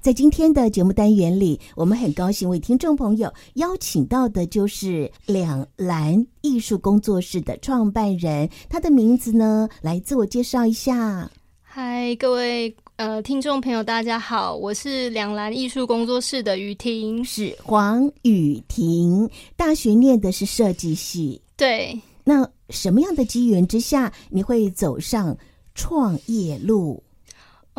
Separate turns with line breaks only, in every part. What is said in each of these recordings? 在今天的节目单元里，我们很高兴为听众朋友邀请到的就是两蓝艺术工作室的创办人，他的名字呢，来自我介绍一下。
嗨，各位呃听众朋友，大家好，我是两蓝艺术工作室的于婷。
是黄雨婷，大学念的是设计系。
对，
那什么样的机缘之下，你会走上创业路？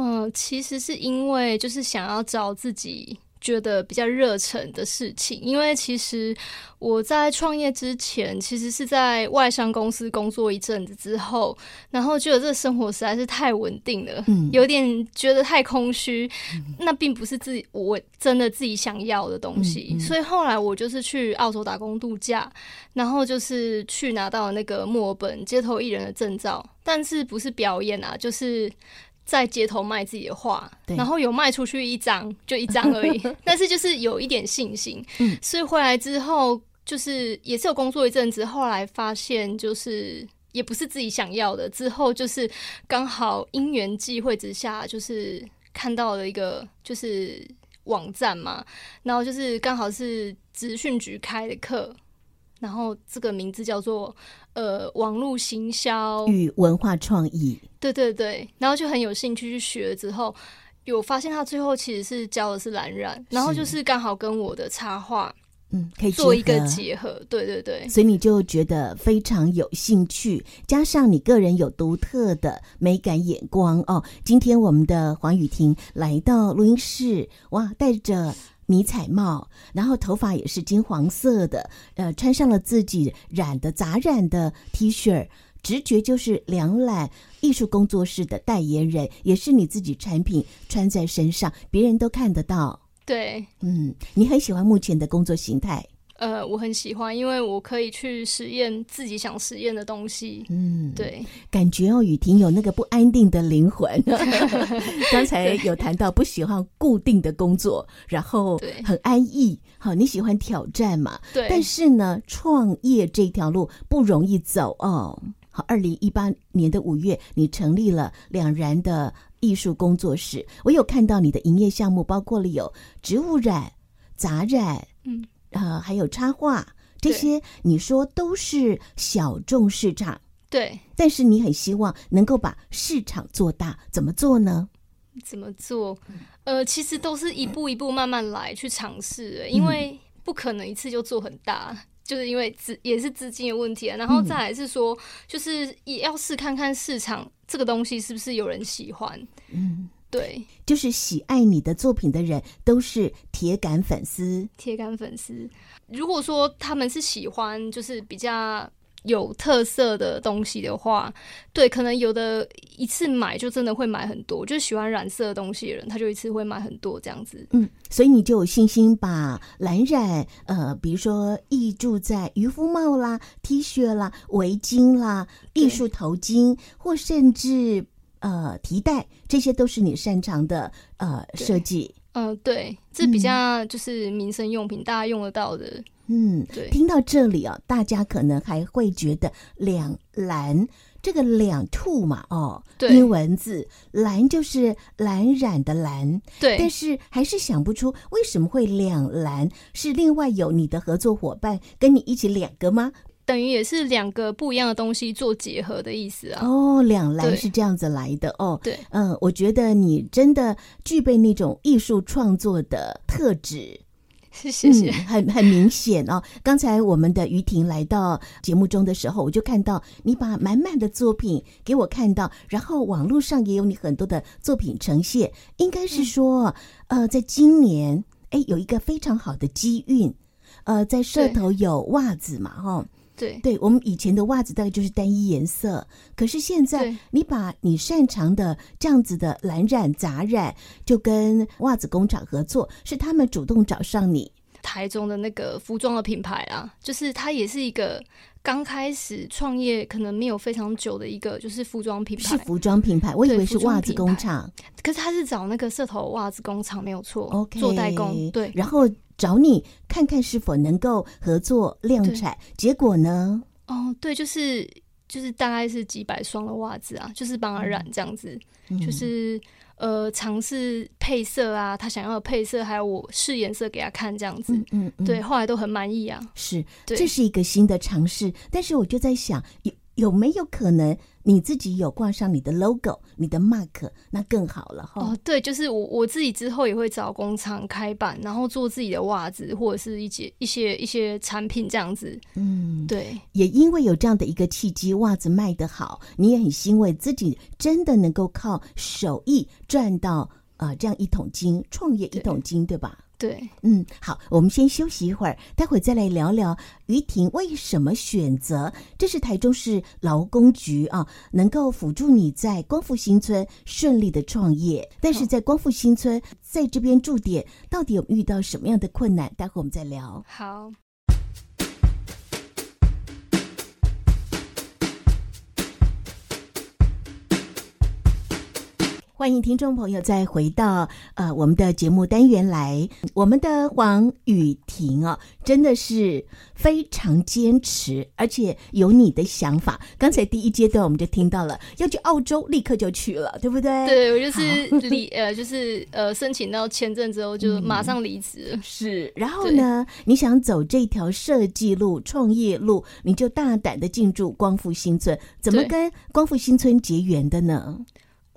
嗯、其实是因为就是想要找自己觉得比较热忱的事情，因为其实我在创业之前，其实是在外商公司工作一阵子之后，然后觉得这生活实在是太稳定了，
嗯
有点觉得太空虚，那并不是自己我真的自己想要的东西，
嗯嗯
所以后来我就是去澳洲打工度假，然后就是去拿到那个墨尔本街头艺人的证照，但是不是表演啊，就是。在街头卖自己的画，
对
然后有卖出去一张，就一张而 已。但是就是有一点信心，
嗯
所以回来之后就是也是有工作一阵子，后来发现就是也不是自己想要的。之后就是刚好因缘际会之下，就是看到了一个就是网站嘛，然后就是刚好是职训局开的课，然后这个名字叫做呃网络行销
与文化创意，
对对对，然后就很有兴趣去学了之后，有发现他最后其实是教的是蓝染，然后就是刚好跟我的插画
嗯，可以
做一个
结合
结合。对对对，
所以你就觉得非常有兴趣，加上你个人有独特的美感眼光哦。今天我们的黄雨婷来到录音室，哇，戴着。迷彩帽，然后头发也是金黄色的，呃，穿上了自己染的杂染的 T 恤，直觉就是两揽艺术工作室的代言人，也是你自己产品穿在身上，别人都看得到。
对，
嗯，你很喜欢目前的工作形态。
呃，我很喜欢，因为我可以去实验自己想实验的东西。
嗯，。
对，
感觉哦，雨婷有那个不安定的灵 魂。刚才有谈到不喜欢固定的工作，然后
对
很安逸。好，你喜欢挑战嘛？
对，
但是呢，创业这条路不容易走哦。好，二零一八年的五月，你成立了两然的艺术工作室。我有看到你的营业项目，包括了有植物染、杂染，
嗯，
呃，还有插画这
对
些，你说都是小众市场。
对，
但是你很希望能够把市场做大，怎么做呢？
怎么做？呃，其实都是一步一步慢慢来去尝试的，因为不可能一次就做很大，就是因为资也是资金的问题啊。然后再来是说，就是也要试看看市场这个东西是不是有人喜欢。
嗯，
对，
就是喜爱你的作品的人都是铁杆粉丝，
铁杆粉丝，如果说他们是喜欢就是比较有特色的东西的话，对，可能有的一次买就真的会买很多，就是喜欢染色的东西的人，他就一次会买很多这样子。
嗯，所以你就有信心把蓝染，呃，比如说艺住在渔夫帽啦、T 恤啦、围巾啦、
对
艺术头巾，或甚至呃提袋，这些都是你擅长的呃
对
设计。
嗯，对，这比较就是民生用品，大家用得到的。
嗯，
对，
听到这里哦，大家可能还会觉得两蓝这个两兔嘛，哦，
对
英文字蓝就是蓝染的蓝，但
对，
是还是想不出为什么会两蓝，是另外有你的合作伙伴跟你一起两个吗？
等于也是两个不一样的东西做结合的意思啊。
哦，两蓝
对
是这样子来的哦。
对，
嗯，我觉得你真的具备那种艺术创作的特质。
谢谢。
嗯、很很明显哦。刚才我们的于婷来到节目中的时候，我就看到你把满满的作品给我看到，然后网络上也有你很多的作品呈现。应该
嗯
是说，呃，在今年，哎，有一个非常好的机运。呃，在社
对
头有袜子嘛，哈、
对，
对我们以前的袜子大概就是单一颜色，可是现在
对
你把你擅长的这样子的蓝染、杂染，就跟袜子工厂合作，是他们主动找上你，
台中的那个服装的品牌啊，就是它也是一个刚开始创业可能没有非常久的一个就是服装品
是
牌，
服装品牌，我以
对
为
服
是
装
袜子
品
工
牌
厂
可是他是找那个社头袜子工厂没有错
，OK，
做代工，对，
然后找你看看是否能够合作量
对
产，结果呢？
哦，对，就是就是大概是几百双的袜子啊，就是帮他染这样子，就
嗯
是呃尝试配色啊，他想要的配色，还有我试颜色给他看这样子，
嗯嗯，嗯
对，，后来都很满意啊。
是，
对
这是一个新的尝试，但是我就在想，有有没有可能你自己有挂上你的 logo、你的 mark，那更好了哈
哦。，对，就是我我自己之后也会找工厂开版，然后做自己的袜子或者是一些一些一些产品这样子。
嗯，
对，
也因为有这样的一个契机，袜子卖得好，你也很欣慰自己真的能够靠手艺赚到呃这样一桶金，创业一
对
桶金，对吧？
对，
嗯，好，我们先休息一会儿，待会儿再来聊聊于婷为什么选择。这是台中市劳工局啊，能够辅助你在光复新村顺利的创业。但是
好
在光复新村，在这边驻点，到底有遇到什么样的困难？待会儿我们再聊。
好，
欢迎听众朋友再回到呃我们的节目单元来。我们的黄雨婷哦，真的是非常坚持，而且有你的想法。刚才第一阶段我们就听到了，要去澳洲立刻就去了，对不对？，
对我就是离呃，就是呃，申请到签证之后
嗯
就马上离职了。
是。然后呢，你想走这条设计路、创业路，你就大胆的进驻光复新村。怎么
对
跟光复新村结缘的呢？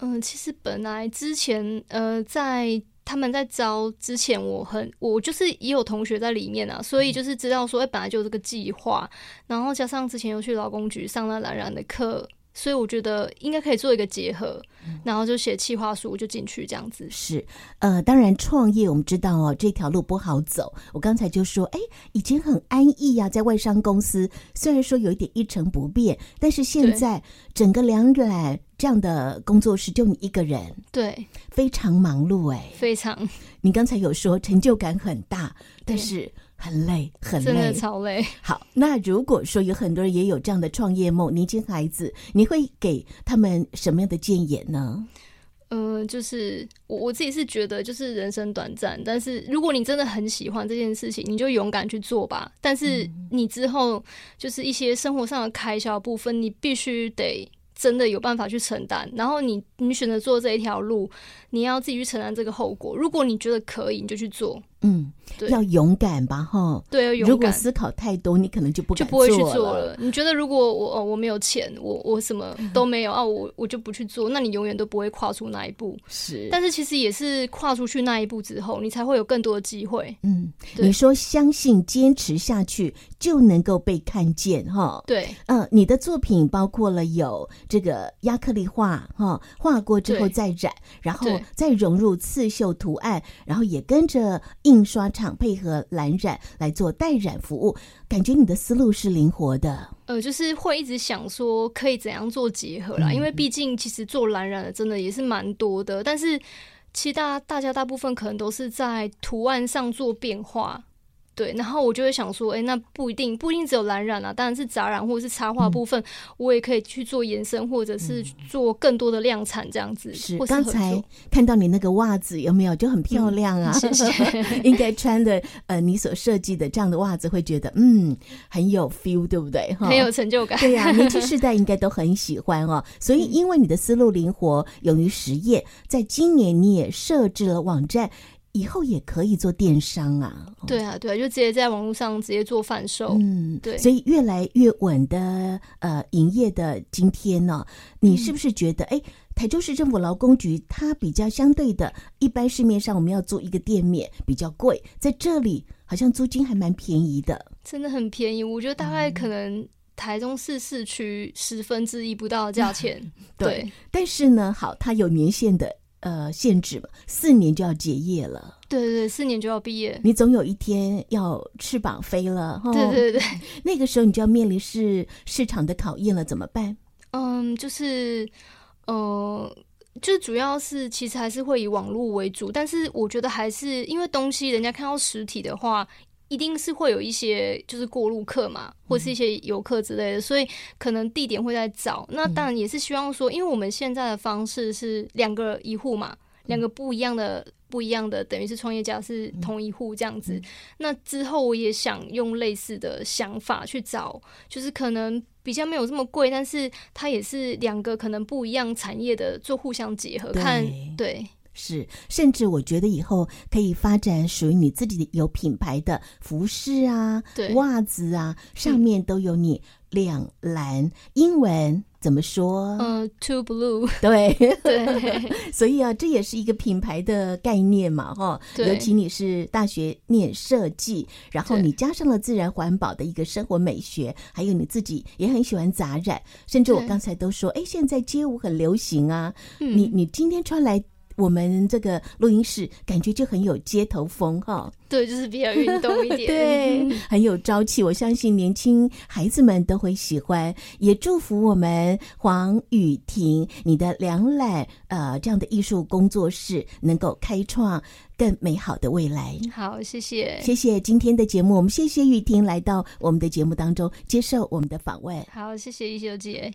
嗯、其实本来之前呃，在他们在招之前，我很我就是也有同学在里面啊，所
嗯
以就是知道说，哎、本来就有这个计划，然后加上之前又去劳工局上了冉冉的课。所以我觉得应该可以做一个结合，
嗯
然后就写企划书就进去这样子。
是，呃，当然创业我们知道哦，这条路不好走。我刚才就说，哎，以前很安逸啊呀、在外商公司，虽然说有一点一成不变，但是现
对
在整个两染这样的工作室就你一个人，
对，
非常忙碌哎。
非常
你刚才有说成就感很大，但
对
是很累，很
真的
累。
超累。
好，那如果说有很多人也有这样的创业梦，年轻孩子，你会给他们什么样的建言呢？
嗯，就是我我自己是觉得，就是人生短暂，但是如果你真的很喜欢这件事情，你就勇敢去做吧。但是
嗯
你之后就是一些生活上的开销部分，你必须得真的有办法去承担。然后你你选择做这一条路，你要自己去承担这个后果。如果你觉得可以，你就去做，
嗯，
对
要勇敢吧，哈。
对，要
如
勇
果
敢。
思考太多，你可能就不
就
敢
不会去做
了。
了。你觉得如果我哦我没有钱，我我 什么都没有啊，我我就不去做，那你永远都不会跨出那一步。
是
但是其实也是跨出去那一步之后，你才会有更多的机会。
嗯，
对
你说相信坚持下去就能够被看见哈。
对
嗯、你的作品包括了有这个亚克力画哈，画过之后
对
再染，然后
对
再融入刺绣图案，然后也跟着印刷厂配合蓝染来做代染服务。感觉你的思路是灵活的，
呃，就是会一直想说可以怎样做结合
嗯
啦，因为毕竟其实做蓝染的真的也是蛮多的，但是其实大大家大部分可能都是在图案上做变化。对，然后我就会想说，哎，那不一定，不一定只有蓝染啊，当然是杂染或者是插画部分，我也可以去做延伸，或者是做更多的量产这样子，
是
或是
刚
合作
才看到你那个袜子有没有就很漂
嗯
亮啊？
谢谢。
应该穿的呃你所设计的这样的袜子，会觉得嗯很有 feel，对不对？哈
很有 成就感。
对呀、年轻世代应该都很喜欢 哦。所以，因为你的思路灵活，勇于实验，在今年你也设置了网站，以后也可以做电商啊。哦，
对啊，对啊，就直接在网络上直接做贩售。
嗯，
哦对
所以越来越稳的呃营业的今天呢、
嗯
你是不是觉得哎？台州市政府劳工局，它比较相对的，一般市面上我们要租一个店面比较贵，在这里好像租金还蛮便宜的。
真的很便宜，我觉得大概可能台中市市区十分之一不到的价钱。对
但是呢，好，它有年限的呃限制嘛，四年就要结业了，
对对对，四年就要毕业。
你总有一天要翅膀飞了，哦、
对，对对，
那个时候你就要面临市市场的考验了，怎么办？
嗯，就是呃。就主要是，其实还是会以网络为主，但是我觉得还是因为东西人家看到实体的话，一定是会有一些就是过路客嘛，或是一些游客之类的，所以可能地点会在找。那当然也是希望说，因为我们现在的方式是两个一户嘛，两个不一样的。不一样的，等于是创业家是同一户这样子。那之后我也想用类似的想法去找，就是可能比较没有这么贵，但是它也是两个可能不一样产业的做互相结合，
对
看对
是，甚至我觉得以后可以发展属于你自己的有品牌的服饰啊、
对嗯
袜子啊，上面都有你两栏英文怎么说？
嗯、t w o blue
对，
对
所以啊，这也是一个品牌的概念嘛，哈。
对
尤其你是大学念设计，然后
对
你加上了自然环保的一个生活美学，还有你自己也很喜欢杂染，甚至我
对
刚才都说，哎，现在街舞很流行啊，
嗯
你你今天穿来。我们这个录音室感觉就很有街头风哈、
对就是比较运动一点， 嗯
对，很有朝气，我相信年轻孩子们都会喜欢，也祝福我们黄雨婷你的两览呃这样的艺术工作室能够开创更美好的未来。
好，谢谢，
谢谢今天的节目，我们谢谢雨婷来到我们的节目当中接受我们的访问。
好，谢谢一休姐。